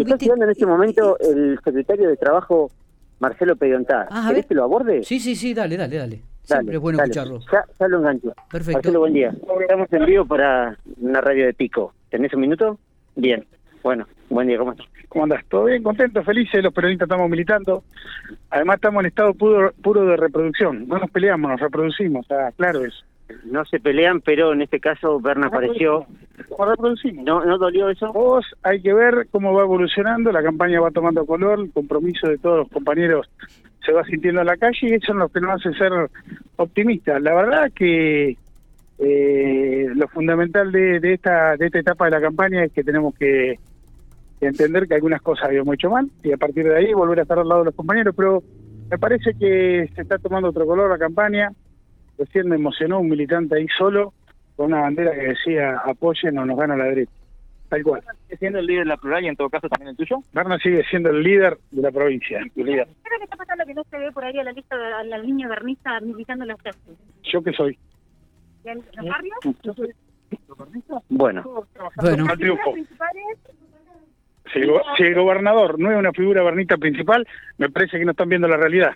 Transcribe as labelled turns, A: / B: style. A: Está estudiando en este momento el secretario de Trabajo, Marcelo Pediontá.
B: Ah, a
A: ¿Querés
B: ver.
A: que lo aborde?
B: Sí, sí, sí, dale, dale, dale.
A: Dale,
B: Siempre es bueno
A: dale.
B: escucharlo.
A: Ya, ya lo engancho.
B: Perfecto.
A: Marcelo, buen día. Estamos en vivo para una radio de pico. ¿Tenés un minuto? Bien. Bueno, buen día, ¿cómo estás?
C: ¿Cómo andás? ¿Todo bien? ¿Contentos? ¿Felices? Los peronistas estamos militando. Además estamos en estado puro, puro de reproducción. No nos peleamos, nos reproducimos. Está claro eso.
A: No se pelean, pero en este caso Berna apareció.
C: Nos reproducimos.
A: ¿No, ¿No dolió eso?
C: Vos hay que ver cómo va evolucionando, la campaña va tomando color, el compromiso de todos los compañeros se va sintiendo en la calle y eso es lo que nos hace ser optimistas. La verdad que eh, lo fundamental de, de esta, de esta etapa de la campaña es que tenemos que entender que algunas cosas habíamos hecho mal y a partir de ahí volver a estar al lado de los compañeros, pero me parece que se está tomando otro color la campaña. Recién me emocionó un militante ahí solo con una bandera que decía apoyen o nos gana la derecha. Tal cual.
D: sigue siendo el líder de la plural y en todo caso también el tuyo.
C: Berna sigue siendo el líder de la provincia.
D: Tu líder.
E: Creo que está pasando que no se ve por ahí a la lista de- a la niña Bernista militando en los textos.
C: ¿Yo que soy?
E: ¿Y en los barrios?
C: Yo soy
A: Bueno,
B: Bueno,
C: Al triunfo.
E: principales?
C: Si el, go- si el gobernador no es una figura bernista principal, me parece que no están viendo la realidad.